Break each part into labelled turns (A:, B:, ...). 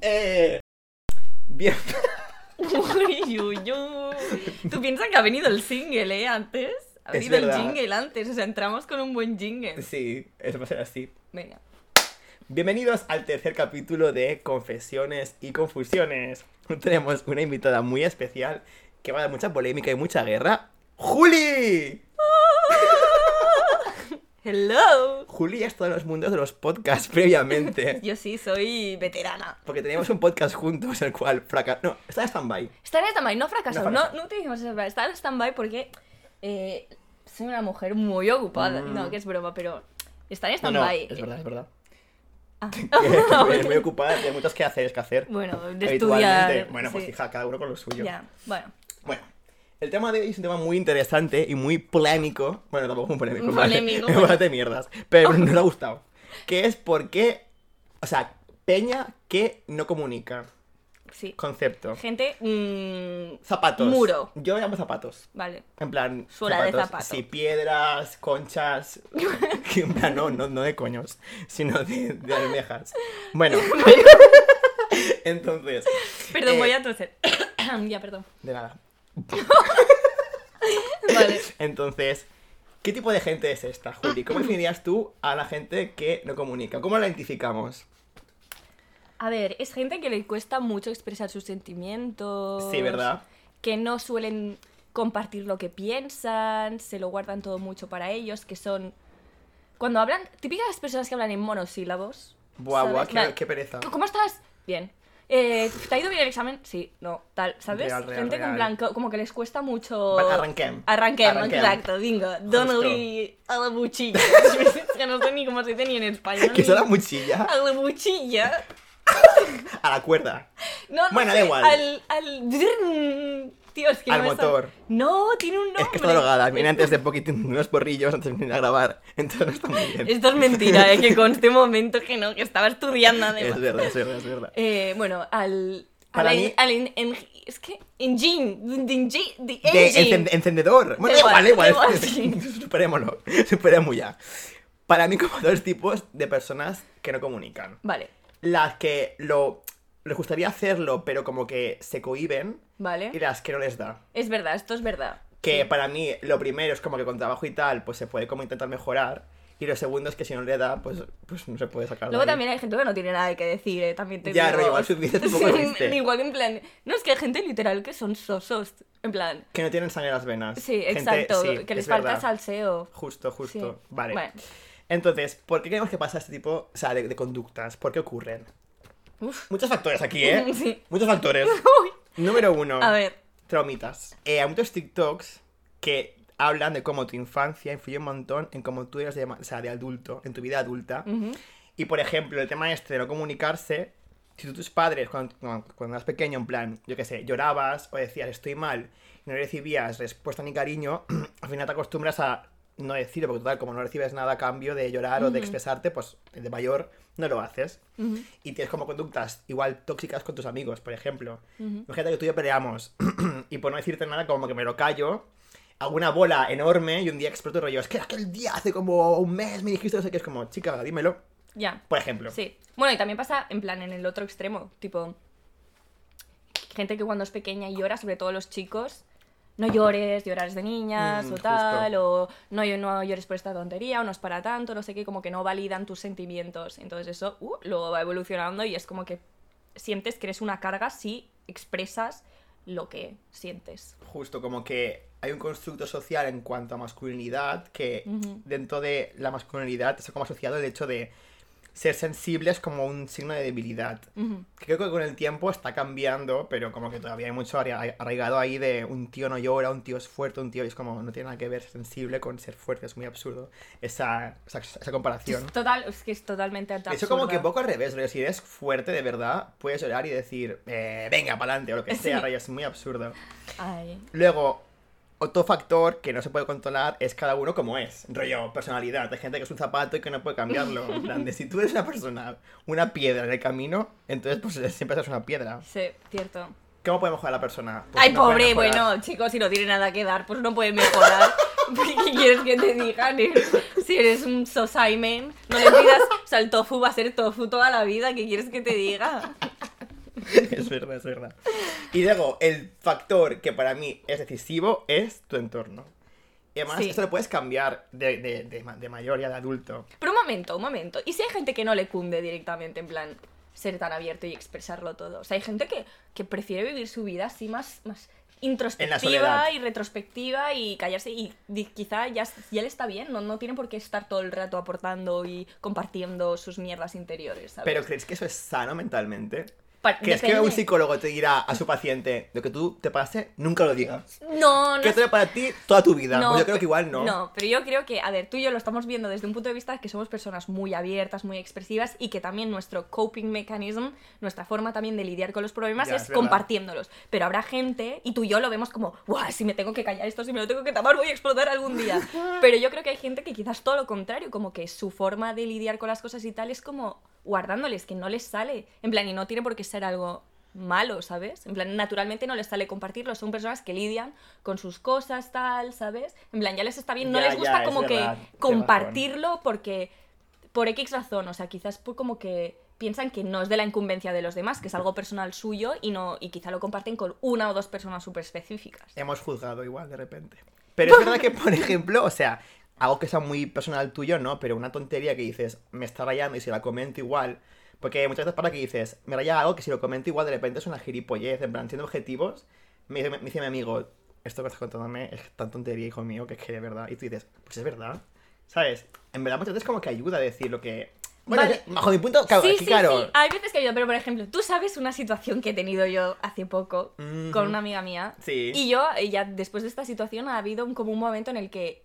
A: Eh, bien.
B: Uy, uy, uy. Tú piensas que ha venido el single, ¿eh? Antes.
A: Es
B: Ha venido
A: verdad.
B: el jingle antes. O sea, entramos con un buen jingle.
A: Sí, eso va a ser así.
B: Venga.
A: Bienvenidos al tercer capítulo de Confesiones y Confusiones. Hoy Tenemos una invitada muy especial que va a dar mucha polémica y mucha guerra. ¡Juli!
B: Hello.
A: Juli ya está en los mundos de los podcasts previamente.
B: Yo sí soy veterana.
A: Porque teníamos un podcast juntos, el cual fracasó. No, está en stand-by.
B: Está en stand-by, no fracasado.
A: No
B: No,
A: fracasado.
B: no utilizamos esa palabra. Está en stand-by porque eh, soy una mujer muy ocupada.
A: Mm.
B: No, que es broma, pero está en
A: No, no,
B: stand-by.
A: es verdad, es verdad.
B: Ah.
A: Que es muy ocupada, tiene muchas quehaceres que hacer.
B: Bueno, de
A: habitualmente.
B: estudiar.
A: Bueno, pues
B: sí.
A: hija, cada uno con lo suyo.
B: Ya, bueno.
A: Bueno, el tema de hoy es un tema muy interesante y muy polémico. Bueno, tampoco muy polémico.
B: Polémico,
A: Vale,
B: bueno.
A: Bastante mierdas. Pero no le ha gustado. Que es por qué. O sea, Peña que no comunica.
B: Sí.
A: Concepto.
B: Gente. mm,
A: Zapatos.
B: Muro.
A: Yo llamo zapatos.
B: vale.
A: En plan.
B: Suela de zapato.
A: Sí, piedras, conchas. que en plan, no, no, no de coños, sino de, de almejas. Bueno. Entonces.
B: Perdón,
A: eh,
B: voy a toser. ya, perdón.
A: De nada.
B: Vale.
A: Entonces, ¿qué tipo de gente es esta, Juli? ¿Cómo definirías tú a la gente que no comunica? ¿Cómo la identificamos?
B: A ver, es gente que le cuesta mucho expresar sus sentimientos.
A: Sí, ¿verdad?
B: Que no suelen compartir lo que piensan, se lo guardan todo mucho para ellos, que son... Cuando hablan, típicas personas que hablan en monosílabos.
A: Buah,
B: ¿sabes?
A: buah, qué,
B: Vale.
A: qué pereza.
B: ¿Cómo estás? Bien. Eh, ¿Te ha ido bien el examen? Sí, no, tal, ¿sabes?
A: Real, real,
B: Gente
A: real.
B: con blanco, como que les cuesta mucho...
A: Vale, arranquem.
B: Arranquem,
A: Arranquem.
B: exacto, bingo. Donnelly a la buchilla. Es que no sé ni cómo se dice ni en español.
A: Que
B: ni-
A: son la mochilla
B: A la buchilla.
A: a la cuerda.
B: No, no
A: Bueno,
B: sé,
A: da igual.
B: Al, al... Tío, es que
A: Al
B: no me sale.
A: motor.
B: No, tiene un nombre.
A: Es que está drogada. Viene antes de poquito unos porrillos antes de venir a grabar. Entonces no está muy bien.
B: Esto es mentira, eh, que conste un momento que no, que estaba estudiando
A: Es
B: además.
A: verdad, es verdad, es verdad.
B: Eh, bueno, al...
A: Para
B: al,
A: mí-
B: al en- en- es que... Engine. The engine.
A: De encend- encendedor. Bueno, da
B: Eh, Da
A: igual, da
B: igual,
A: igual.
B: da igual,
A: Superémoslo. Superemos ya. Para mí, como dos tipos de personas que no comunican.
B: Vale,
A: las que lo les gustaría hacerlo, pero como que se cohiben,
B: vale.
A: y las que no les da.
B: Es verdad, esto es verdad.
A: Que
B: ¿Eh? Sí.
A: para mí lo primero es como que con trabajo y tal, pues se puede como intentar mejorar, y lo segundo es que si no le da, pues, pues no se puede sacar. de
B: Luego
A: ahí.
B: también hay gente que no tiene nada que decir, eh, también te
A: Ya,
B: digo.
A: rollo, igual suficiente tampoco existe.
B: Igual en plan... No, es que hay gente literal que son sosos. En plan...
A: Que no tienen sangre en las venas.
B: Sí,
A: Gente-
B: exacto.
A: sí,
B: que les
A: es
B: falta
A: verdad.
B: salseo.
A: Justo, justo.
B: Sí.
A: Vale.
B: Bueno.
A: Entonces, ¿por qué creemos que pasa este tipo o sea, de, de conductas? ¿Por qué ocurren?
B: Uf.
A: Muchos factores aquí, ¿eh?
B: Sí.
A: Muchos factores.
B: Uy.
A: Número uno.
B: A ver,
A: Traumitas. Eh, hay muchos TikToks que hablan de cómo tu infancia influye un montón en cómo tú eres de, ma- o sea, de adulto, en tu vida adulta.
B: ujú,
A: Y por ejemplo, el tema este de no comunicarse, si tú tus padres, cuando, cuando, cuando eras pequeño, en plan, yo qué sé, llorabas o decías estoy mal y no recibías respuesta ni cariño, al final te acostumbras a no decirlo, porque total, como no recibes nada a cambio de llorar o de expresarte, pues de mayor no lo haces.
B: ujú,
A: Y tienes como conductas igual tóxicas con tus amigos, por ejemplo.
B: ujú.
A: Imagínate que tú y yo peleamos y por no decirte nada, como que me lo callo, hago una bola enorme y un día exploto rollo. Es que aquel día hace como un mes me dijiste, no sé qué, es como, chica, dímelo.
B: Ya.
A: Por ejemplo.
B: Sí. Bueno, y también pasa en plan en el otro extremo, tipo gente que cuando es pequeña llora, sobre todo los chicos, no llores, llorar de
A: Mm,
B: niñas o
A: justo.
B: tal, o no, yo- no llores por esta tontería, o no es para tanto, no sé qué, como que no validan tus sentimientos. Entonces eso uh, luego va evolucionando y es como que sientes que eres una carga si expresas lo que sientes.
A: Justo, como que hay un constructo social en cuanto a masculinidad que
B: Ujú.
A: dentro de la masculinidad está como asociado el hecho de ser sensibles como un signo de debilidad.
B: Ujú.
A: Que Creo que con el tiempo está cambiando, pero como que todavía hay mucho arra- arraigado ahí de un tío no llora, un tío es fuerte, un tío y es como no tiene nada que ver ser sensible con ser fuerte, es muy absurdo esa, esa, esa comparación.
B: Es total, es que es totalmente
A: De hecho, como que
B: absurda.
A: un poco al revés, rollo, si eres fuerte de verdad, puedes llorar y decir, eh, venga, pa'lante, o lo que sea,
B: Sí.
A: rollo, es muy absurdo.
B: Ay.
A: Luego, otro factor que no se puede controlar es cada uno como es. Rollo, personalidad. Hay gente que es un zapato y que no puede cambiarlo. En plan, de si tú eres una persona, una piedra en el camino, entonces pues siempre serás una piedra.
B: Sí, cierto.
A: ¿Cómo puede mejorar la persona? Pues
B: Ay,
A: no puede
B: pobre,
A: mejorar.
B: bueno, chicos, si no tiene nada que dar, pues no puede mejorar. ¿Qué quieres que te digan? Eres- Si eres un sosaimen, no le pidas, o sea, el tofu va a ser tofu toda la vida, ¿qué quieres que te diga?
A: es verdad, es verdad. Y luego, el factor que para mí es decisivo es tu entorno. Y además,
B: Sí.
A: esto lo puedes cambiar de, de, de, ma- de mayor y de adulto.
B: Pero un momento, un momento. ¿Y si hay gente que no le cunde directamente, en plan, ser tan abierto y expresarlo todo? O sea, hay gente que, que prefiere vivir su vida así más, más introspectiva
A: soledad.
B: y retrospectiva y callarse y, di- quizá ya, ya le está bien, no, no tiene por qué estar todo el rato aportando y compartiendo sus mierdas interiores, ¿sabes?
A: Pero ¿crees que eso es sano mentalmente?
B: Pa-
A: ¿Crees que
B: depende.
A: un psicólogo te dirá a su paciente lo que tú te pase, nunca lo digas?
B: No, no
A: Que
B: es-
A: esto es para ti toda tu vida.
B: No,
A: Pues yo creo que igual no.
B: No, pero yo creo que, a ver, tú y yo lo estamos viendo desde un punto de vista de que somos personas muy abiertas, muy expresivas y que también nuestro coping mechanism, nuestra forma también de lidiar con los problemas
A: Ya,
B: es,
A: es verdad.
B: compartiéndolos. Pero habrá gente, y tú y yo lo vemos como, guau, si me tengo que callar esto, si me lo tengo que tapar, voy a explotar algún día. pero yo creo que hay gente que quizás todo lo contrario, como que su forma de lidiar con las cosas y tal es como guardándoles, que no les sale. En plan, y no tiene por qué ser algo malo, ¿sabes? En plan, naturalmente no les sale compartirlo, son personas que lidian con sus cosas, tal, ¿sabes? En plan, ya les está bien, no
A: Ya,
B: les gusta
A: ya, es
B: como
A: verdad,
B: que
A: qué
B: compartirlo porque, por X razón, o sea, quizás por como que piensan que no es de la incumbencia de los demás, que es algo personal suyo y no y quizá lo comparten con una o dos personas súper específicas.
A: Hemos juzgado igual de repente. Pero es verdad que, por ejemplo, o sea, algo que sea muy personal tuyo, ¿no? Pero una tontería que dices, me está rayando y si la comento igual. Porque muchas veces para que dices, me raya algo que si lo comento igual de repente es una gilipollez, en plan, siendo objetivos. Me dice, me dice mi amigo, esto que estás contándome es tan tontería, hijo mío, que es que de verdad. Y tú dices, pues es verdad. ¿Sabes? En verdad muchas veces como que ayuda a decir lo que... Bueno,
B: Vale.
A: bajo mi punto, claro, aquí, claro.
B: Hay veces que ayuda, pero por ejemplo, tú sabes una situación que he tenido yo hace poco
A: Ujú.
B: con una amiga mía.
A: Sí.
B: Y yo, eh, ya después de esta situación, ha habido un, como un momento en el que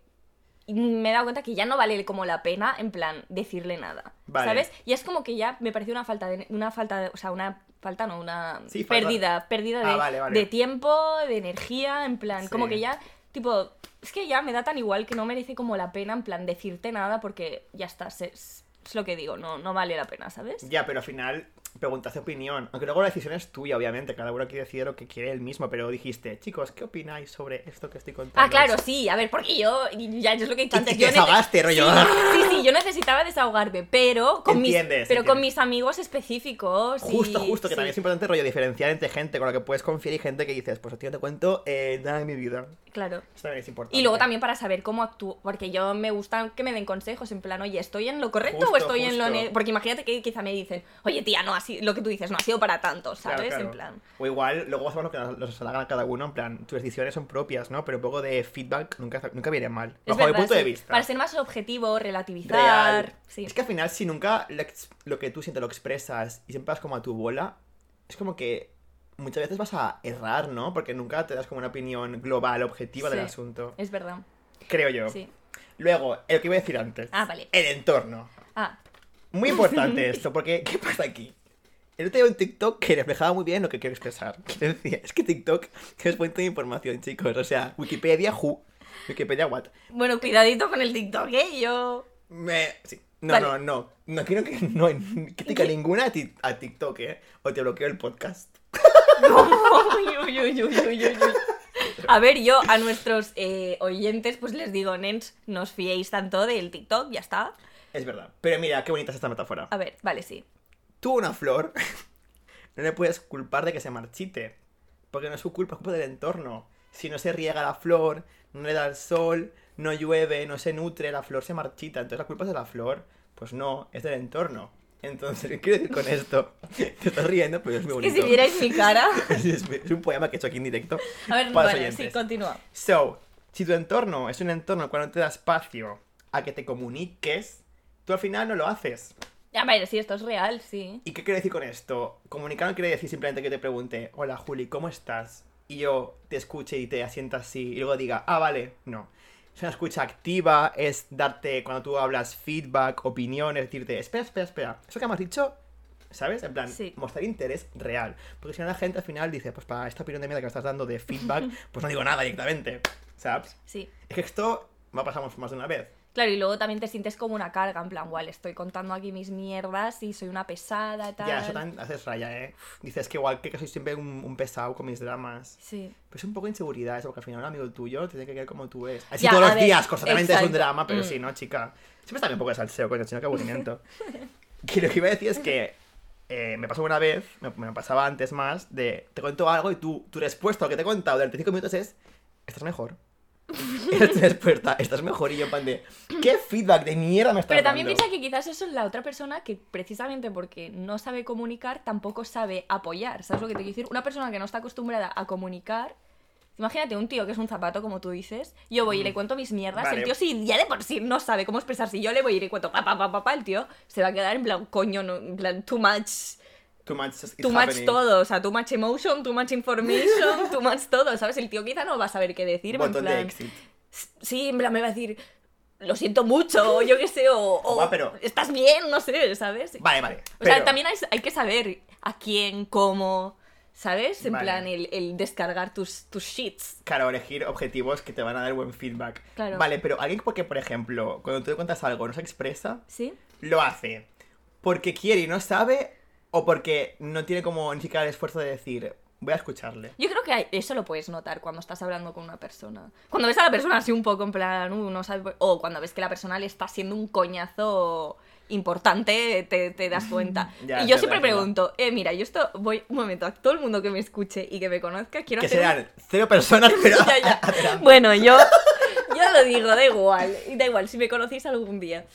B: me he dado cuenta que ya no vale como la pena, en plan, decirle nada.
A: Vale.
B: ¿Sabes? Y es como que ya me pareció una falta de. Una falta de- o sea, una falta, no, una
A: Sí, falta-
B: pérdida. Pérdida de,
A: Ah, vale, vale.
B: de tiempo, de energía, en plan, como
A: Sí.
B: que ya. Tipo, es que ya me da tan igual que no merece como la pena, en plan, decirte nada porque ya está, se- es, es lo que digo, no, no vale la pena, ¿sabes?
A: Ya, pero al final preguntaste opinión. Aunque luego la decisión es tuya, obviamente. Cada uno aquí decide lo que quiere él mismo. Pero dijiste, chicos, ¿qué opináis sobre esto que estoy contando?
B: Ah, claro, sí, a ver, porque yo, ya es lo que he dicho
A: Y-
B: antes,
A: y te
B: yo nece-
A: desahogaste, rollo.
B: Sí, sí, yo necesitaba desahogarme, pero con mis,
A: Entiendes,
B: pero con
A: entiendes.
B: mis amigos específicos. y-
A: Justo, justo, que
B: sí.
A: también es importante rollo diferenciar entre gente con la que puedes confiar y gente que dices, pues tío, te cuento eh, nada de mi vida.
B: Claro.
A: Eso también es importante.
B: Y luego también para saber cómo actúo, porque yo me gusta que me den consejos en plan, oye, ¿estoy en lo correcto o
A: Justo,
B: estoy en lo...
A: justo.
B: ne-?" Porque imagínate que quizá me dicen, oye, tía, no, así, lo que tú dices no ha sido para tanto,
A: Claro,
B: ¿sabes?
A: claro.
B: En plan...
A: O igual, luego vas a ver lo que nos- los hagan a cada uno, en plan, tus decisiones son propias, ¿no? Pero un poco de feedback nunca, nunca viene mal.
B: Es
A: bajo mi
B: verdad,
A: punto de
B: sí.
A: vista.
B: Para ser más objetivo, relativizar...
A: real.
B: Sí.
A: Es que al final, si nunca lo, ex- lo que tú sientes lo expresas y siempre vas como a tu bola, es como que muchas veces vas a errar, ¿no? Porque nunca te das como una opinión global, objetiva del
B: Sí.
A: asunto.
B: Es verdad.
A: Creo yo.
B: Sí.
A: Luego, el que iba a decir antes.
B: Ah, vale.
A: El entorno.
B: Ah,
A: Muy importante esto, porque ¿qué pasa aquí? El otro día vi un TikTok que reflejaba muy bien lo que quiero expresar. Quiero decir, es que TikTok es fuente de información, chicos. O sea, Wikipedia, who, Wikipedia, what.
B: bueno, cuidadito con el TikTok, ¿eh? Yo...
A: Me... sí. No,
B: Vale.
A: no, no. No quiero que no hay crítica ninguna a, ti- a TikTok, ¿eh? O te bloqueo el podcast.
B: Uy, uy, uy, uy, uy, uy. A ver, yo a nuestros eh, oyentes pues les digo, nens, no os fiéis tanto del TikTok, ya está.
A: Es verdad. Pero mira, qué bonita es esta metáfora.
B: A ver, vale, sí.
A: Tú una flor, no le puedes culpar de que se marchite. Porque no es su culpa, es culpa del entorno. Si no se riega la flor, no le da el sol, no llueve, no se nutre, la flor se marchita. Entonces la culpa es de la flor. Pues no, es del entorno. Entonces, ¿qué quiero decir con esto? Te estás riendo, pero es muy
B: Que
A: bonito.
B: si vierais mi cara...
A: es, es un poema que he hecho aquí en directo.
B: A
A: para
B: ver,
A: los
B: vale, sí,
A: oyentes.
B: continúa.
A: So, si tu entorno es un entorno al cual no te da espacio a que te comuniques, tú al final no lo haces.
B: A ver, sí, esto es real, sí.
A: ¿Y qué quiero decir con esto? Comunicar no quiere decir simplemente que te pregunte, hola Juli, ¿cómo estás? Y yo te escuche y te asienta así y luego diga, ah, vale, no. Es una escucha activa, es darte, cuando tú hablas, feedback, opiniones, decirte, espera, espera, espera, eso que me has dicho, ¿sabes? En plan,
B: Sí.
A: mostrar interés real. Porque si no, la gente al final dice, pues para esta opinión de mierda que me estás dando de feedback, pues no digo nada directamente, ¿sabes?
B: Sí.
A: Es que esto me ha pasado más de una vez.
B: Claro, y luego también te sientes como una carga, en plan, guau, estoy contando aquí mis mierdas y soy una pesada, tal.
A: Ya, eso también haces raya, ¿eh? Dices que igual que, que soy siempre un, un pesado con mis dramas.
B: Sí.
A: Pero es un poco inseguridad eso, porque al final un amigo tuyo te tiene que quedar como tú eres. Así
B: Ya,
A: todos
B: a
A: los
B: ver,
A: días, constantemente es un
B: exacto.
A: drama, pero
B: Mm.
A: sí, ¿no, chica? Siempre está bien un poco de salseo, coño, sino qué aburrimiento. que lo que iba a decir es que eh, me pasó una vez, me, me pasaba antes más, de te cuento algo y tú, tu respuesta a lo que te he contado durante 5 minutos es, estás mejor. Es tu respuesta, estás mejor. Y yo en plan de, ¿qué feedback de mierda me estás
B: Pero también
A: dando?".
B: piensa que quizás eso es la otra persona que precisamente porque no sabe comunicar tampoco sabe apoyar. ¿Sabes lo que te quiero decir? Una persona que no está acostumbrada a comunicar. Imagínate un tío que es un zapato, como tú dices. Yo voy y le cuento mis mierdas.
A: Mm. Vale.
B: El tío, si ya de por sí no sabe cómo expresarse, y yo le voy y le cuento pa, pa, pa, pa, pa, el tío se va a quedar en plan, coño, no, en plan, too much.
A: Too much, is
B: Too much
A: happening".
B: todo, o sea, too much emotion, too much information, too much todo, ¿sabes? El tío quizá no va a saber qué decir, en
A: Botón de
B: plan,
A: exit.
B: sí, en plan me va a decir, lo siento mucho, o yo qué sé, o, o
A: va, pero-
B: estás bien, no sé, ¿sabes?
A: Vale, vale.
B: o sea,
A: pero-
B: también hay, hay que saber a quién, cómo, ¿sabes? En
A: Vale.
B: plan, el, el descargar tus, tus sheets.
A: Claro, elegir objetivos que te van a dar buen feedback.
B: Claro.
A: Vale, pero alguien porque, por ejemplo, cuando tú le cuentas algo no se expresa,
B: ¿Sí?
A: lo hace porque quiere y no sabe o porque no tiene como ni siquiera el esfuerzo de decir, voy a escucharle.
B: Yo creo que hay- eso lo puedes notar cuando estás hablando con una persona. Cuando ves a la persona así un poco en plan, "Uh, no sabe. por-", O cuando ves que la persona le está haciendo un coñazo importante, te, te das cuenta.
A: Ya,
B: y
A: es
B: yo
A: verdad,
B: siempre
A: es verdad.
B: pregunto, eh, mira, yo esto voy un momento a todo el mundo que me escuche y que me conozca, quiero
A: Que
B: hacer. un-
A: serán cero personas, pero...
B: Ya, ya. Bueno, yo, yo lo digo, da igual. y Da igual, si me conocéis algún día.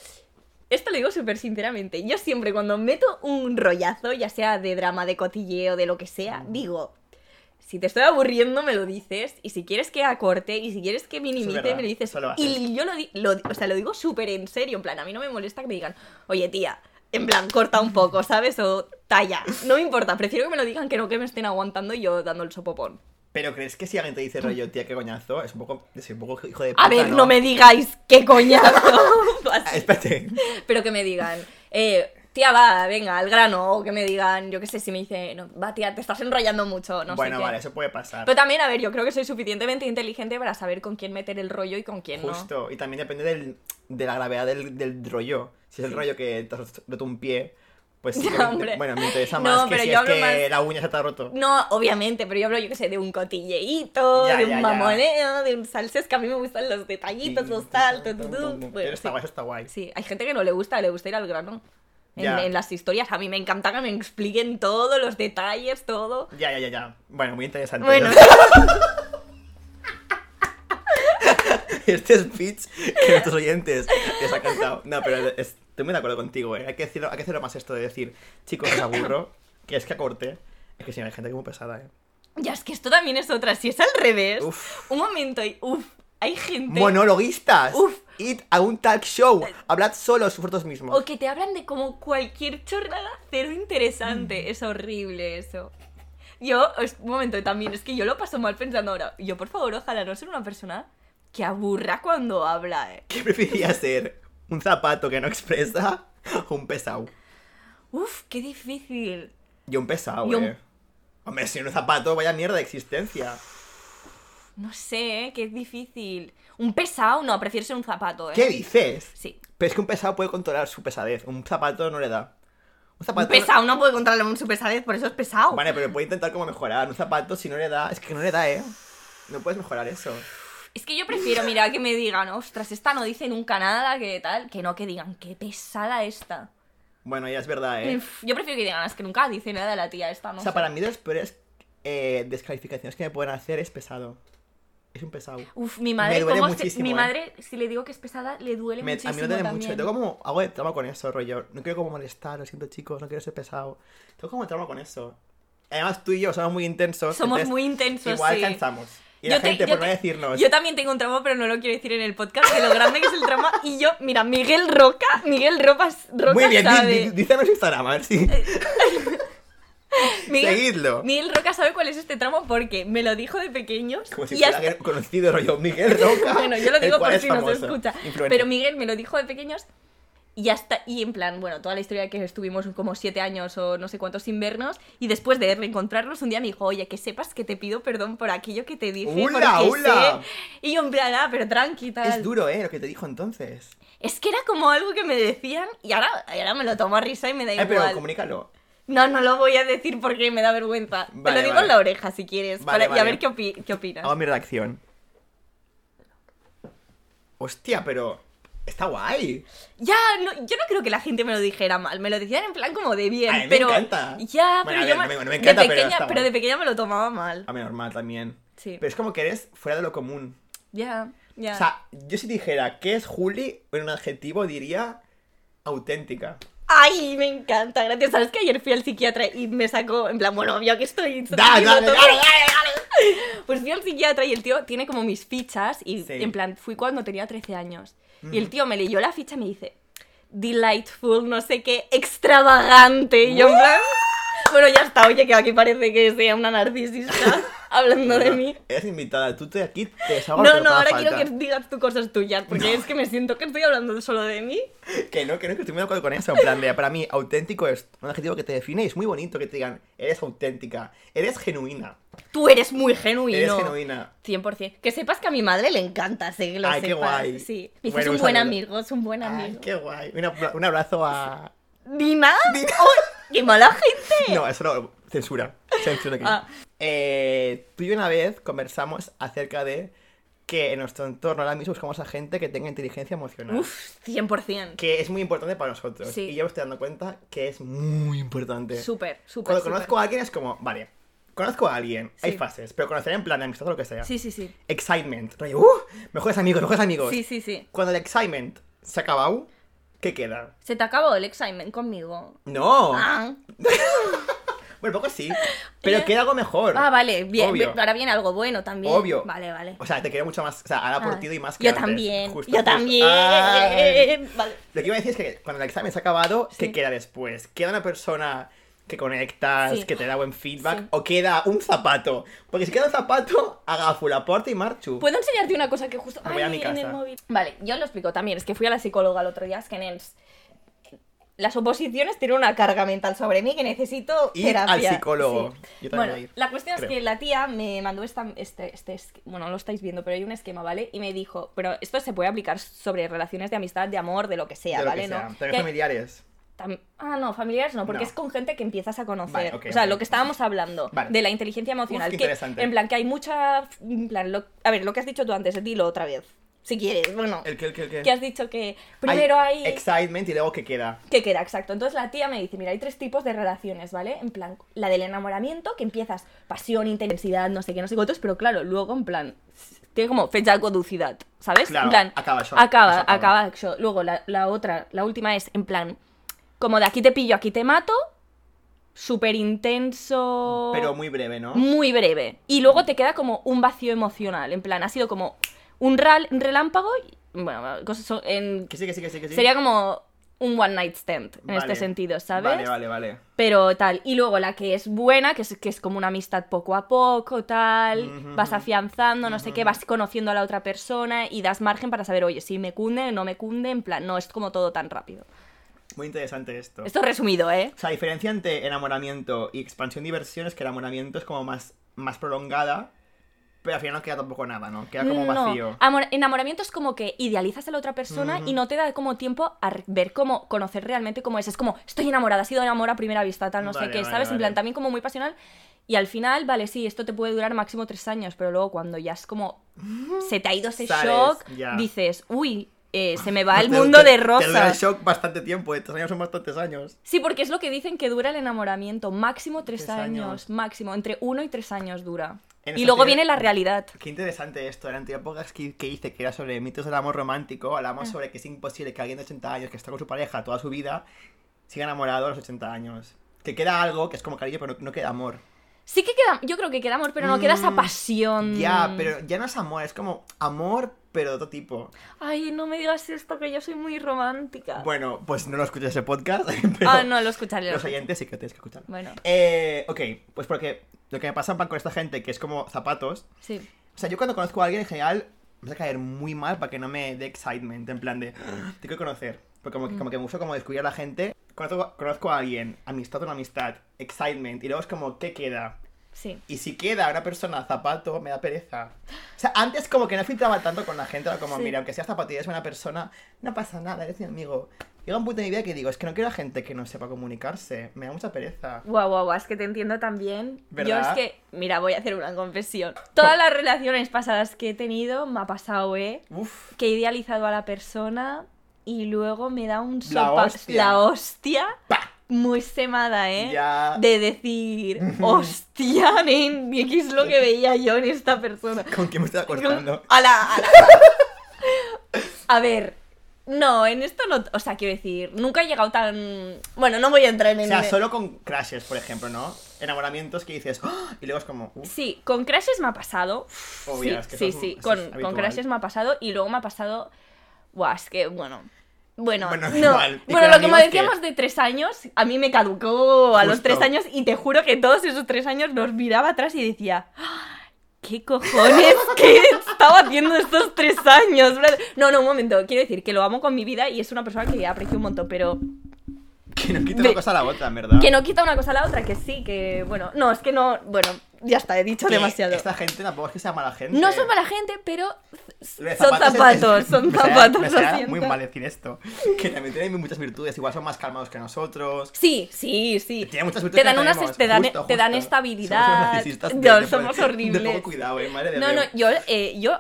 B: Esto lo digo súper sinceramente. Yo siempre cuando meto un rollazo, ya sea de drama, de cotilleo, de lo que sea, digo, si te estoy aburriendo me lo dices, y si quieres que acorte, y si quieres que minimice,
A: verdad,
B: me lo dices.
A: eso lo haces.
B: y yo lo, di- lo di- o sea, lo digo súper en serio, en plan, a mí no me molesta que me digan, oye tía, en plan, corta un poco, ¿sabes? O talla. No me importa, prefiero que me lo digan que no que me estén aguantando y yo dando el sopopón.
A: Pero crees que si alguien te dice rollo, tía, qué coñazo, es un poco, es un poco hijo de puta.
B: A ver, no, me digáis qué coñazo.
A: Ah,
B: Así.
A: Espérate.
B: Pero que me digan, eh, tía, va, venga, al grano. O que me digan, yo qué sé, si me dicen, no, va, tía, te estás enrollando mucho. No
A: bueno,
B: sé qué.
A: vale, eso puede pasar.
B: Pero también, a ver, yo creo que soy suficientemente inteligente para saber con quién meter el rollo y con quién no.
A: Justo. Y también depende del, de la gravedad del, del rollo. Si es el rollo que te has roto un pie, pues sí que
B: No,
A: me-
B: hombre.
A: bueno, me interesa
B: No,
A: más que
B: pero
A: si
B: yo
A: es
B: hablo
A: que
B: más-
A: la uña se te ha roto.
B: No, obviamente, pero yo hablo, yo qué sé, de un cotilleíto,
A: Ya,
B: de un
A: ya, ya.
B: mamoneo, de un salsés, que a mí me gustan los detallitos, los tal, tu, tu, tu.
A: Pero
B: Bueno,
A: está
B: sí.
A: guay, eso está guay.
B: Sí, hay gente que no le gusta, le gusta ir al grano. En,
A: Ya.
B: en las historias, a mí me encanta que me expliquen todos los detalles, todo.
A: Ya, ya, ya, ya. Bueno, muy interesante.
B: Bueno,
A: este speech que nuestros oyentes les ha cantado. No, pero es- estoy muy de acuerdo contigo, ¿eh? Hay que, decirlo, hay que hacerlo más esto de decir, chicos, os aburro, que es que acorté. Es que si no, hay gente que es muy pesada, ¿eh?
B: ya es que esto también es otra, si es al revés.
A: Uf.
B: Un momento, y uf, hay gente.
A: ¡Monologuistas!
B: Uf. Eh.
A: ¡Id a un talk show! Hablad solo vosotros mismos.
B: O que te hablan de como cualquier chorrada cero
A: Mm.
B: interesante. Es horrible eso. Yo, es- un momento, también es que yo lo paso mal pensando ahora. Yo, por favor, ojalá no ser una persona que aburra cuando habla, eh.
A: ¿Qué preferiría ser? ¿Un zapato que no expresa o un pesado?
B: Uf, qué difícil.
A: Yo un pesado,
B: Yo un-
A: ¿eh? Hombre, si un zapato, vaya mierda de existencia.
B: No sé, eh, qué difícil. Un pesado, no, prefiero ser un zapato, eh.
A: ¿Qué dices?
B: Sí.
A: Pero es que un pesado puede controlar su pesadez. Un zapato no le da. Un
B: Un
A: zapato.
B: pesado no puede controlar su pesadez, por eso es pesado.
A: Vale, pero puede intentar como mejorar. Un zapato, si no le da. Es que no le da, ¿eh? No puedes mejorar eso.
B: Es que yo prefiero, mira, que me digan, ostras, esta no dice nunca nada, que tal, que no que digan, qué pesada esta.
A: Bueno, ya es verdad, ¿eh?
B: Uf, Yo prefiero que digan, es que nunca dice nada la tía esta, ¿no?
A: O
B: sé".
A: sea, para mí de las peores eh, descalificaciones que me pueden hacer es pesado. Es un pesado.
B: Uf, mi madre,
A: duele
B: ¿cómo se-
A: muchísimo,
B: mi
A: eh.
B: madre, si le digo que es pesada, le duele
A: Me- a
B: muchísimo
A: mí me duele
B: también.
A: mucho. Tengo como hago de trauma con eso, rollo. No quiero como molestar, lo siento chicos, no quiero ser pesado. Tengo como trauma con eso. Además tú y yo somos muy intensos.
B: Somos
A: entonces,
B: muy intensos,
A: Igual
B: sí.
A: cansamos. Y
B: Yo
A: la
B: te-
A: gente
B: yo
A: por
B: te-
A: no decirnos.
B: Yo también tengo un trauma, pero no lo quiero decir en el podcast, de lo grande que es el trauma. Y yo, mira, Miguel Roca, Miguel Ropas, Roca
A: muy bien,
B: sabe.
A: di- di- dícenos Instagram, a ver si.
B: Eh, Miguel,
A: Seguidlo.
B: Miguel Roca sabe cuál es este tramo porque me lo dijo de pequeños.
A: Como si
B: y
A: fuera
B: hasta-
A: alguien conocido, rollo Miguel Roca.
B: Bueno, yo lo
A: el
B: digo
A: cual
B: por
A: es
B: si no se
A: famoso,
B: escucha.
A: influencer.
B: Pero Miguel me lo dijo de pequeños y hasta. Y en plan, bueno, toda la historia que estuvimos como siete años o no sé cuántos sin vernos. Y después de reencontrarnos, un día me dijo, oye, que sepas que te pido perdón por aquello que te dije.
A: ¡Hula,
B: porque
A: hula!
B: sé". Y yo en plan, ah, pero tranqui, tal.
A: Es duro, ¿eh? Lo que te dijo entonces.
B: Es que era como algo que me decían y ahora, ahora me lo tomo a risa y me da
A: Eh, pero
B: igual.
A: comunícalo.
B: No, no lo voy a decir porque me da vergüenza. te
A: Vale,
B: lo digo
A: vale.
B: en la oreja si quieres.
A: Vale,
B: para- Y a
A: vale.
B: ver qué, opi- qué opinas.
A: Hago mi redacción. Hostia, pero. Está guay.
B: Ya, no- yo no creo que la gente me lo dijera mal, me lo decían en plan como de bien,
A: A mí me
B: pero
A: encanta.
B: ya,
A: Bueno, a
B: pero yo
A: ver,
B: me-
A: no me- no me encanta,
B: de
A: pero
B: pequeña,
A: está
B: pero,
A: mal.
B: de pequeña me lo tomaba mal.
A: A mí normal también.
B: Sí.
A: Pero es como que eres fuera de lo común.
B: Ya, ya.
A: O sea, yo si dijera qué es Juli, en un adjetivo diría auténtica.
B: Ay, me encanta, gracias. Sabes que ayer fui al psiquiatra y me sacó en plan, bueno, yo que estoy
A: Dale, dale,
B: todo-
A: dale, dale,
B: Pues fui al psiquiatra y el tío tiene como mis fichas y
A: Sí.
B: en plan, fui cuando tenía 13 años. Y el tío me leyó la ficha y me dice, delightful, no sé qué, extravagante. Y yo en plan, bueno, ya está, oye, que aquí parece que sea una narcisista hablando de mí.
A: Eres invitada, tú te aquí te
B: No,
A: desahogas lo que
B: no,
A: te haga
B: ahora quiero que
A: falta.
B: digas tú cosas tuyas, porque es que me siento que estoy hablando solo de mí.
A: Que no, que no, que estoy muy de acuerdo con eso. En plan, de, para mí, auténtico es un adjetivo que te define y es muy bonito que te digan, eres auténtica, eres genuina,
B: Tú eres muy genuino.
A: eres genuina.
B: 100%. Que sepas que a mi madre le encanta, sé que lo
A: Ay, qué
B: sepas.
A: guay.
B: Sí. Me dice,
A: Bueno,
B: es
A: un
B: un buen
A: saludo.
B: amigo, es un buen
A: Ay,
B: amigo.
A: qué guay. Un apla- un abrazo a.
B: Dina. ¡Oh, ¡Qué mala gente!
A: No, eso no. Censura. Censura aquí.
B: Ah.
A: Eh, tú y yo una vez conversamos acerca de que en nuestro entorno ahora mismo buscamos a gente que tenga inteligencia emocional.
B: Uf, 100%.
A: Que es muy importante para nosotros.
B: Sí.
A: Y yo me estoy dando cuenta que es muy importante.
B: Súper, súper.
A: Cuando
B: súper.
A: conozco a alguien es como, vale, conozco a alguien, hay
B: Sí.
A: fases, pero conocer en plan de amistad o lo que sea.
B: Sí, sí, sí.
A: Excitement, rollo, ¡uh! Mejores amigos, mejores amigos.
B: Sí, sí, sí. Ah.
A: Cuando el excitement se ha acabado, ¿qué queda?
B: Se te acabó el examen conmigo.
A: No.
B: Ah,
A: Bueno, poco sí. Pero
B: Ya.
A: queda algo mejor.
B: Ah, vale, bien.
A: Obvio.
B: Ahora viene algo bueno también.
A: Obvio.
B: Vale, vale.
A: O sea, te quiero mucho más. O sea, ahora por
B: Ah,
A: ti y más que
B: Yo
A: antes.
B: también.
A: Justo,
B: yo
A: justo.
B: también.
A: Ay.
B: Vale.
A: Lo que iba a decir es que cuando el examen se ha acabado, ¿qué
B: Sí.
A: queda después? ¿Queda una persona que conectas,
B: Sí.
A: que te da buen feedback?
B: Sí.
A: ¿O queda un zapato? Porque si queda un zapato, haga full aporte y marchu.
B: ¿Puedo enseñarte una cosa que justo
A: Me voy a mi
B: en el
A: casa.
B: móvil? Vale, yo lo explico también. Es que fui a la psicóloga el otro día, es que en el... Las oposiciones tienen una carga mental sobre mí que necesito
A: Ir
B: terapia.
A: al psicólogo. Yo también voy
B: bueno,
A: a ir,
B: la cuestión
A: creo.
B: es que la tía me mandó esta, este, este es- Bueno, no lo estáis viendo, pero hay un esquema, ¿vale? Y me dijo, pero esto se puede aplicar sobre relaciones de amistad, de amor, de lo que sea,
A: De lo
B: ¿vale?
A: que sea.
B: ¿No?
A: También
B: Y hay-
A: familiares.
B: Tam- Ah, no, familiares no, porque
A: No.
B: es con gente que empiezas a conocer.
A: Vale, ok,
B: o sea,
A: ok.
B: lo que estábamos hablando
A: Vale.
B: de la inteligencia emocional.
A: Uf, qué
B: que,
A: interesante.
B: en plan, que hay mucha. En plan, lo- a ver, lo que has dicho tú antes, dilo otra vez. Si quieres, bueno.
A: ¿El qué, el qué, el qué?
B: Que has dicho que primero hay.
A: Excitement y luego ¿qué queda?
B: que queda, exacto. Entonces la tía me dice, mira, hay tres tipos de relaciones, ¿vale? En plan, la del enamoramiento, que empiezas pasión, intensidad, no sé qué, no sé cuántos, pero claro, luego en plan, tiene como fecha de caducidad, ¿sabes?
A: Claro,
B: en plan,
A: acaba eso,
B: Acaba,
A: eso acaba.
B: acaba eso. Luego la, la otra, la última es, en plan, como de aquí te pillo, aquí te mato, súper intenso
A: Pero muy breve, ¿no?
B: Oh. muy breve. Y luego te queda como un vacío emocional. En plan, ha sido como un, ral- un relámpago. y- bueno, cosas son- en-
A: Que sí, que sí, que sí, que sí.
B: sería como un one night stand en
A: Vale.
B: este sentido, ¿sabes?
A: Vale, vale, vale.
B: Pero tal. Y luego la que es buena, que es, que es como una amistad poco a poco, tal.
A: Ujú,
B: Vas
A: ujú.
B: afianzando, no sé qué,
A: Ujú,
B: vas conociendo a la otra persona y das margen para saber, oye, si me cunde, no me cunde. En plan, no es como todo tan rápido.
A: Muy interesante esto.
B: Esto resumido, ¿eh?
A: O sea, la diferencia entre enamoramiento y expansión diversión es que el enamoramiento es como más, más prolongada, pero al final no queda tampoco nada, ¿no? Queda como
B: No, Ah,
A: vacío.
B: amor- enamoramiento es como que idealizas a la otra persona
A: Ujú.
B: y no te da como tiempo a re- ver cómo, conocer realmente cómo es. Es como, estoy enamorada, ha sido enamorada a primera vista, tal, no
A: Vale,
B: sé qué,
A: vale,
B: ¿sabes? En plan,
A: vale.
B: también como muy pasional. Y al final, vale, sí, esto te puede durar máximo tres años, pero luego cuando ya es como, se te ha ido ese
A: Sales,
B: shock,
A: ya.
B: dices, uy, eh, se me va el
A: Te-
B: mundo
A: te-
B: de
A: Te dura el
B: rosas.
A: shock bastante tiempo, ¿eh? estos años son bastantes años.
B: Sí, porque es lo que dicen que dura el enamoramiento, máximo tres,
A: Tres
B: años,
A: años.
B: máximo, entre uno y tres años dura.
A: En
B: Y
A: esa
B: luego
A: tía-
B: viene la realidad.
A: Qué interesante esto, eran épocas que, que hice, que era sobre mitos del amor romántico, hablamos
B: Ah.
A: sobre que es imposible que alguien de 80 años que está con su pareja toda su vida siga enamorado a los 80 años. Que queda algo que es como cariño, pero no, no queda amor.
B: Sí que queda, yo creo que queda amor, pero no queda esa
A: Mm,
B: pasión.
A: Ya, pero ya no es amor, es como amor, pero de otro tipo.
B: Ay, no me digas esto, que yo soy muy romántica.
A: Bueno, pues no lo escuches ese podcast, pero...
B: ah, no, lo escucharé. lo
A: Los
B: escucharé.
A: oyentes sí que tienes que escuchar.
B: Bueno,
A: Eh, ok, pues porque lo que me pasa en plan con esta gente, que es como zapatos.
B: sí.
A: O sea, yo cuando conozco a alguien en general, me va a caer muy mal para que no me dé excitement, en plan de, te quiero conocer. Porque
B: Mm.
A: como, que- como que me gusta como descubrir a la gente. Conozco, conozco a alguien, amistad o no amistad, excitement, y luego es como, ¿qué queda?
B: Sí.
A: Y si queda una persona zapato, me da pereza. O sea, antes como que no filtraba tanto con la gente, era como,
B: Sí.
A: mira, aunque seas zapato y eres buena persona, no pasa nada, eres mi amigo. Llega un punto de mi vida que digo, es que no quiero a gente que no sepa comunicarse, me da mucha pereza.
B: Guau, guau, guau, es que te entiendo también. Yo es
A: ¿Verdad?
B: que, mira, voy a hacer una confesión. Todas las relaciones pasadas que he tenido me ha pasado, ¿eh?
A: Uf,
B: Que he idealizado a la persona, y luego me da un
A: La
B: sopa,
A: hostia.
B: la hostia
A: ¡Pa!
B: muy semada, ¿eh?
A: Ya.
B: De decir, hostia, nen, ¿qué es lo que veía yo en esta persona?
A: ¿Con quién me estaba cortando?
B: A la- a la- A ver, no, en esto no. O sea, quiero decir, nunca he llegado tan. Bueno, no voy a entrar en.
A: O sea, solo con crashes, por ejemplo, ¿no? Enamoramientos que dices, ¡Ah! y luego es como, uff,
B: Sí, con crashes me ha pasado.
A: Obvio,
B: sí,
A: es que
B: sí,
A: eso es-
B: sí,
A: eso es
B: con, con
A: habitual.
B: crashes me ha pasado y luego me ha pasado. Buah, es que, bueno. Bueno,
A: Bueno,
B: no.
A: igual. Y
B: bueno
A: con
B: lo que me
A: amigos que-
B: decíamos de tres años, a mí me caducó a los
A: Justo.
B: tres años y te juro que todos esos tres años los miraba atrás y decía, "Ah, ¿qué cojones? ¿Qué estaba haciendo estos tres años? brother?". No, no, un momento, quiero decir que lo amo con mi vida y es una persona que aprecio un montón, pero
A: que no quita
B: Ve-
A: una cosa a la otra, en verdad.
B: que no quita una cosa a la otra, que sí, que bueno, no, es que no, bueno, ya está, he dicho
A: Que
B: demasiado.
A: Esta gente tampoco es que sea mala gente.
B: No son mala gente, pero
A: Lo de
B: son zapatos,
A: es-
B: son
A: me sabe-
B: zapatos,
A: me
B: lo
A: sabe
B: siento.
A: muy mal decir esto. Que también tienen muchas virtudes, igual son más calmados que nosotros.
B: Sí, sí, sí.
A: Tiene muchas virtudes
B: Te dan
A: que no
B: unas
A: tenemos.
B: te dan, e-
A: Justo,
B: te
A: justo.
B: dan
A: Somos unos
B: estabilidad.
A: narcisistas de-
B: Dios,
A: de-
B: somos
A: de- De poco
B: horribles.
A: cuidado, eh, madre de
B: No, no,
A: Dios.
B: yo, eh, yo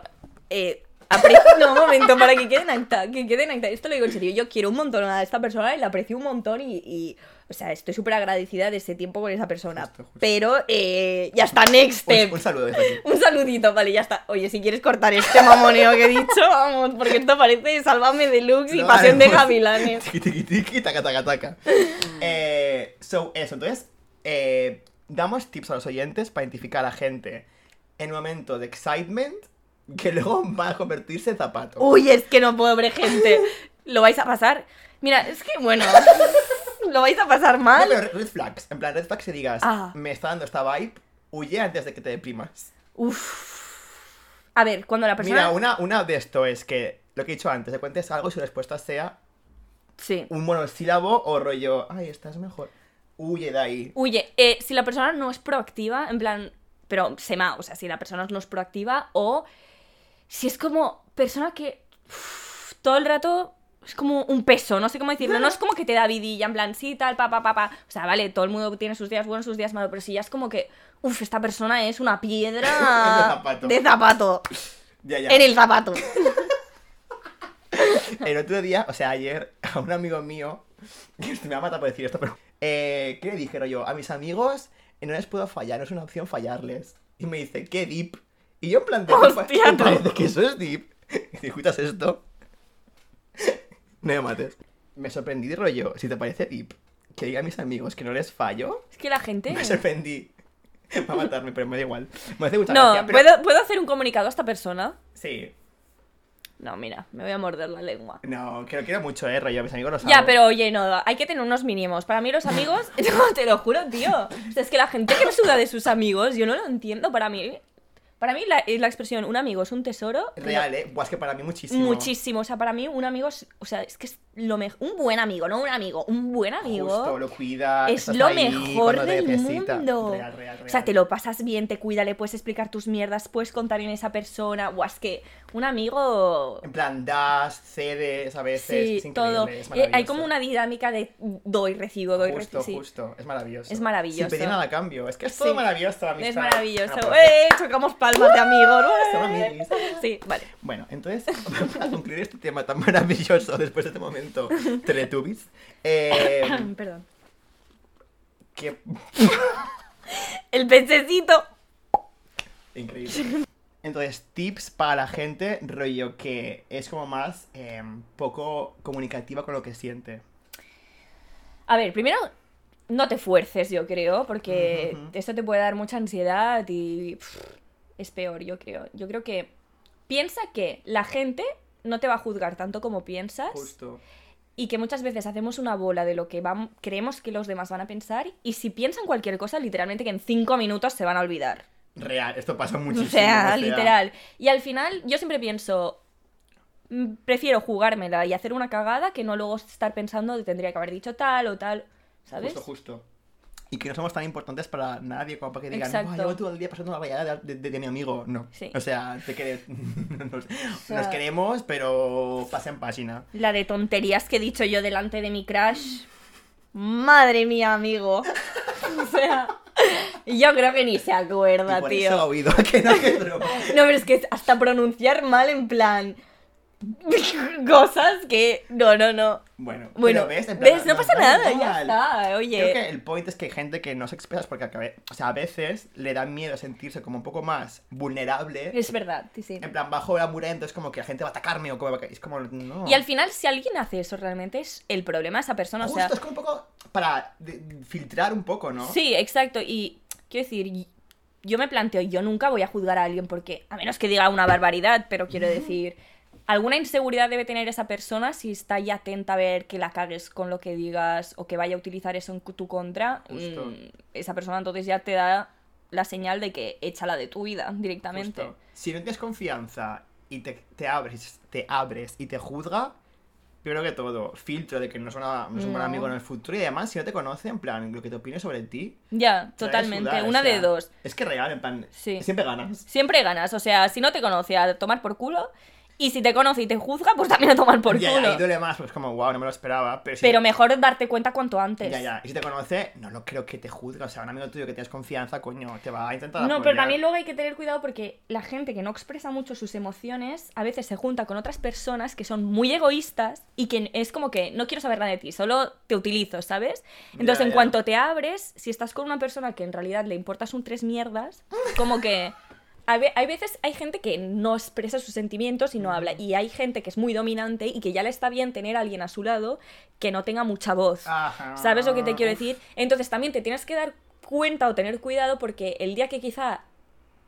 B: eh, aprecio. No, un momento, para que queden acta, que queden acta. Esto lo digo en serio. Yo quiero un montón a esta persona y la aprecio un montón y. y, o sea, estoy súper agradecida de ese tiempo con esa persona.
A: Justo, justo.
B: Pero eh, ya está, next
A: Un,
B: step.
A: un saludo desde aquí.
B: Un saludito, vale, ya está. Oye, si quieres cortar este mamoneo que he dicho, vamos, porque esto parece Sálvame Deluxe y
A: No,
B: Pasión de
A: haremos-
B: Gavilanes.
A: Tiki, tiki, tiki, taca, taca, taca. Eh, so, eso, entonces, eh, damos tips a los oyentes para identificar a gente en un momento de excitement que luego va a convertirse en zapato.
B: Uy, es que no, pobre gente. Lo vais a pasar. Mira, es que bueno. Lo vais a pasar
A: No,
B: mal.
A: pero red flags, en plan red flags que digas,
B: Ah.
A: me está dando esta vibe, huye antes de que te deprimas.
B: A ver, cuando la persona.
A: Mira, una, una de esto es que, lo que he dicho antes, le cuentes algo y su respuesta sea
B: Sí.
A: un monosílabo o rollo, ay, estás mejor, huye de ahí.
B: Huye, eh, si la persona no es proactiva, en plan, pero sema, o sea, si la persona no es proactiva o si es como persona que uf, todo el rato es como un peso, no sé cómo decirlo, no es como que te da vidilla, en plan, sí, tal, pa, pa, pa, pa. O sea, vale, todo el mundo tiene sus días buenos, sus días malos, pero si ya es como que, uff, esta persona es una piedra
A: De zapato.
B: de zapato,
A: Ya, ya.
B: en el zapato.
A: El otro día, o sea, ayer, a un amigo mío, me va a matar por decir esto, pero... Eh, ¿Qué le dijeron yo? A mis amigos eh, no les puedo fallar, no es una opción fallarles. Y me dice, ¿qué deep? Y yo en plan de... "Me pa-
B: Hostia,
A: me
B: no.
A: parece que eso es deep. Y si escuchas esto... No me mates. Me sorprendí de rollo, si te parece deep, que diga a mis amigos que no les fallo.
B: Es que la gente...
A: Me sorprendí. Va a matarme, pero me da igual. Me hace mucha
B: No,
A: gracia, pero-
B: ¿puedo, ¿puedo hacer un comunicado a esta persona?
A: Sí.
B: No, mira, me voy a morder la lengua.
A: No, que lo quiero mucho, eh, rollo, a mis amigos lo saben.
B: Ya, pero oye, no, hay que tener unos mínimos. Para mí los amigos, no, te lo juro, tío. O sea, es que la gente que no suda de sus amigos, yo no lo entiendo. Para mí, para mí la, eh, la expresión un amigo es un tesoro. pero
A: Real, eh. Buah, es que para mí muchísimo.
B: Muchísimo. O sea, para mí un amigo es, o sea, es que es lo mejor, un buen amigo, no un amigo, un buen amigo.
A: Justo, lo cuida.
B: Es
A: estás
B: lo
A: ahí
B: mejor
A: cuando te
B: del
A: necesita.
B: mundo.
A: Real, real, real.
B: O sea, te lo pasas bien, te cuida, le puedes explicar tus mierdas, puedes contar en esa persona. Buah, es que un amigo
A: En plan, das, cedes a veces.
B: Sí,
A: es increíble,
B: todo.
A: es
B: Eh, hay
A: maravilloso.
B: como una dinámica de doy, recibo, doy,
A: Justo,
B: recibo. sí.
A: justo. Es maravilloso.
B: Es
A: Sin
B: maravilloso.
A: pedir nada a cambio. Es que es todo
B: Sí.
A: maravilloso la amistad. Ah, pues,
B: Es maravilloso.
A: Aplausos.
B: ¡Eh! Chocamos palmas de amigos. ¡Eh!
A: Somos amiguis.
B: Sí, vale.
A: Bueno, entonces, para concluir este tema tan maravilloso después de este momento, Teletubbies, eh,
B: Perdón.
A: que
B: El pececito.
A: Increíble. Entonces, tips para la gente, rollo que es como más eh, poco comunicativa con lo que siente.
B: A ver, primero, no te fuerces, yo creo, porque
A: Ujú, ujú.
B: esto te puede dar mucha ansiedad y pff, es peor, yo creo. Yo creo que piensa que la gente no te va a juzgar tanto como piensas.
A: Justo.
B: y que muchas veces hacemos una bola de lo que vam- creemos que los demás van a pensar y si piensan cualquier cosa, literalmente que en cinco minutos se van a olvidar.
A: Real, esto pasa muchísimo.
B: o sea, literal. Y al final yo siempre pienso, "Mm, prefiero jugármela y hacer una cagada que no luego estar pensando de tendría que haber dicho tal o tal, ¿sabes?
A: Justo, justo. Y que no somos tan importantes para nadie como para que digan,
B: Exacto.
A: "Buah, llevo todo el día pasando la rayada de, de- de mi amigo. No.
B: Sí.
A: O sea, te quedes- nos,
B: sea-
A: nos queremos, pero pasen página.
B: La de tonterías que he dicho yo delante de mi crush. Madre mía, amigo. o sea, yo creo que ni se acuerda,
A: y por
B: tío.
A: eso ha oído que no que broma.
B: No, pero es que hasta pronunciar mal en plan. cosas que. No, no, no.
A: Bueno,
B: Bueno,
A: pero ves, En
B: ¿ves?
A: plan,
B: No
A: nos
B: pasa
A: da
B: nada, ya
A: igual.
B: está.
A: Creo
B: Oye.
A: que el point es que hay gente que no se expresa porque a cabe- o sea, a veces le da miedo sentirse como un poco más vulnerable.
B: Es verdad, sí, sí.
A: En plan, bajo la muralla, entonces como que la gente va a atacarme o como va a ca- Es como, no.
B: Y al final, si alguien hace eso realmente, es el problema de esa persona.
A: Justo
B: o sea,
A: es como un poco para de- filtrar un poco, ¿no?
B: Sí, exacto. Y quiero decir, y- yo me planteo, yo nunca voy a juzgar a alguien porque, a menos que diga una barbaridad, pero quiero decir, alguna inseguridad debe tener esa persona si está ya atenta a ver que la cagues con lo que digas o que vaya a utilizar eso en cu- tu contra.
A: Justo.
B: mm, esa persona entonces ya te da la señal de que échala de tu vida directamente.
A: Justo. Si no tienes confianza y te, te abres, te abres y te juzga, primero que todo, filtro de que no es, una- no es un buen
B: No.
A: amigo en el futuro y además, si no te conoce, en plan, lo que te opine sobre ti,
B: Ya,
A: te la hará
B: totalmente.
A: sudar, o
B: una de
A: sea,
B: dos.
A: Es que real, en plan,
B: Sí.
A: siempre ganas.
B: Siempre ganas. O sea, si no te conoce, a tomar por culo. Y si te conoce y te juzga, pues también a tomar por
A: y ahí-
B: culo.
A: ahí duele más, pues como, wow, no me lo esperaba, pero si
B: Pero mejor darte cuenta cuanto antes.
A: Ya, ya. Y si te conoce, no lo creo que te juzga. O sea, un amigo tuyo que tienes confianza, coño, te va a intentar
B: No,
A: apoyar.
B: pero también luego hay que tener cuidado porque la gente que no expresa mucho sus emociones a veces se junta con otras personas que son muy egoístas y que es como que no quiero saber nada de ti, solo te utilizo, ¿sabes? Entonces,
A: Ya,
B: en
A: ya.
B: cuanto te abres, si estás con una persona que en realidad le importas un tres mierdas, como que... a ve- Hay veces, hay gente que no expresa sus sentimientos y no
A: Mm.
B: habla. Y hay gente que es muy dominante y que ya le está bien tener a alguien a su lado que no tenga mucha voz.
A: Ajá.
B: ¿Sabes lo que te quiero
A: Ah, Uf.
B: decir? Entonces también te tienes que dar cuenta o tener cuidado porque el día que quizá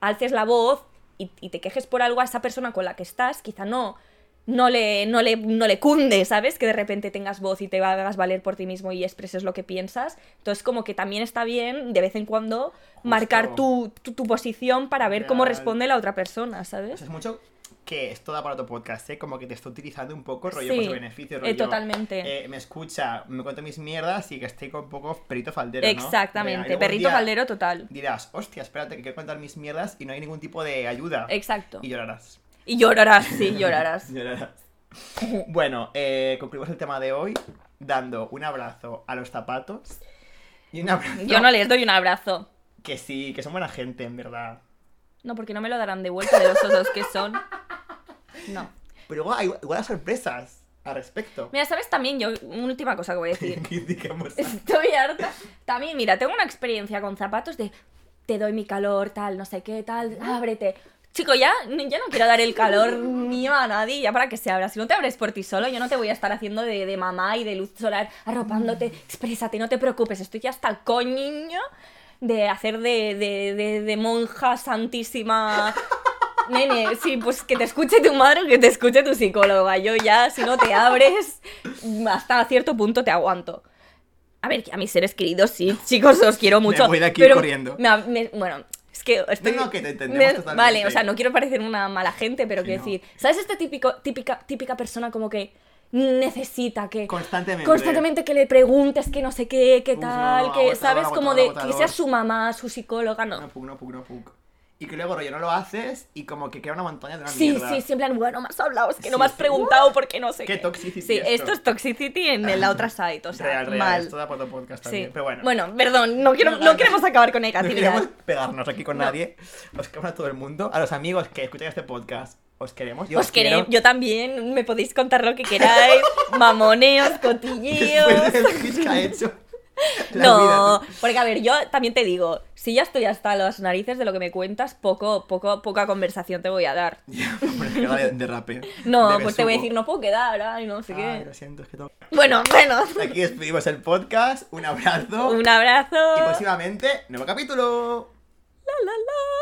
B: alces la voz y, y te quejes por algo a esa persona con la que estás, quizá no, no, le, no, le, no le cunde, ¿sabes? Que de repente tengas voz y te hagas valer por ti mismo y expreses lo que piensas. Entonces como que también está bien de vez en cuando marcar tu, tu, tu posición para ver cómo
A: Real.
B: responde la otra persona,
A: O
B: ¿sabes?
A: sea, es mucho que esto da para otro podcast, ¿eh? Como que te está utilizando un poco rollo
B: Sí,
A: por su beneficio,
B: eh,
A: rollo.
B: totalmente.
A: eh, me escucha, me cuento mis mierdas y que estoy con un poco perito faldero. ¿no? Venga, y
B: Exactamente,
A: luego un
B: perrito
A: día
B: caldero total.
A: Dirás, hostia, espérate, que quiero contar mis mierdas y no hay ningún tipo de ayuda.
B: Exacto.
A: Y llorarás.
B: Y llorarás, sí, llorarás.
A: Llorarás. Bueno, eh, concluimos el tema de hoy dando un abrazo a los zapatos y un abrazo
B: Yo no les doy un abrazo.
A: que sí, que son buena gente, en verdad.
B: No, porque no me lo darán de vuelta de los osos que son. No.
A: Pero igual, hay- igual hay sorpresas al respecto.
B: Mira, ¿sabes también yo? Una última cosa que voy a decir.
A: Criticamos a-
B: Estoy harta. También, mira, tengo una experiencia con zapatos de te doy mi calor, tal, no sé qué, tal, ábrete. Chico, ya, ya no quiero dar el calor mío a nadie, ya para que se abra. Si no te abres por ti solo, yo no te voy a estar haciendo de, de mamá y de luz solar, arropándote, exprésate, no te preocupes, estoy ya hasta el coño de hacer de, de, de- de monja santísima. Nene, sí, pues que te escuche tu madre o que te escuche tu psicóloga. Yo ya, si no te abres, hasta cierto punto te aguanto. A ver, que a mis seres queridos sí, chicos, os quiero mucho.
A: voy de aquí
B: pero
A: corriendo.
B: me- me- bueno, es que estoy...
A: No, no, que te entendemos totalmente.
B: Vale, o sea, no quiero parecer una mala gente, pero
A: Sí,
B: quiero
A: no.
B: decir, ¿sabes esta típico, típica, típica persona como que necesita que...
A: Constantemente.
B: Constantemente que le preguntes que no sé qué, qué
A: Uf, no,
B: tal, que,
A: agotador,
B: ¿sabes? Como de
A: agotador,
B: que sea su mamá, su psicóloga,
A: No,
B: no.
A: pug, no, pug, no, pug. Y que luego rollo no lo haces y como que crea una montaña de una
B: Sí,
A: Ah, mierda.
B: sí, sí, en plan, bueno, me has hablado, es que no
A: Sí,
B: me has
A: sí.
B: preguntado porque no sé
A: Qué
B: qué.
A: toxicity
B: Sí,
A: esto. Ah,
B: esto es toxicity en la otra side, o sea,
A: real, real.
B: mal.
A: Esto da para otro podcast también.
B: Sí.
A: Pero bueno.
B: perdón, no, quiero,
A: No,
B: no
A: no.
B: queremos acabar con
A: No
B: negatividad.
A: queremos pegarnos aquí con
B: No.
A: nadie. Os queremos a todo el mundo. A los amigos que escuchan este podcast. Os queremos. Yo
B: Os queremos,
A: quiero.
B: yo también, me podéis contar lo que queráis, mamoneos,
A: Después
B: cotilleos.
A: del speech que ha hecho. la
B: No,
A: vida.
B: porque a ver, yo también te digo, si ya estoy hasta las narices de lo que me cuentas, poco, poco, poca conversación te voy a dar.
A: Ya, hombre, que ahora de, de rapeo.
B: No,
A: De
B: pues te voy a
A: besugo.
B: decir, no puedo quedar, ay, no sé
A: Ay,
B: qué.
A: Ah, lo siento, es que tengo-
B: Bueno, bueno,
A: Aquí despedimos el podcast. Un abrazo.
B: un abrazo.
A: pues Y próximamente, nuevo capítulo.
B: La, la, la.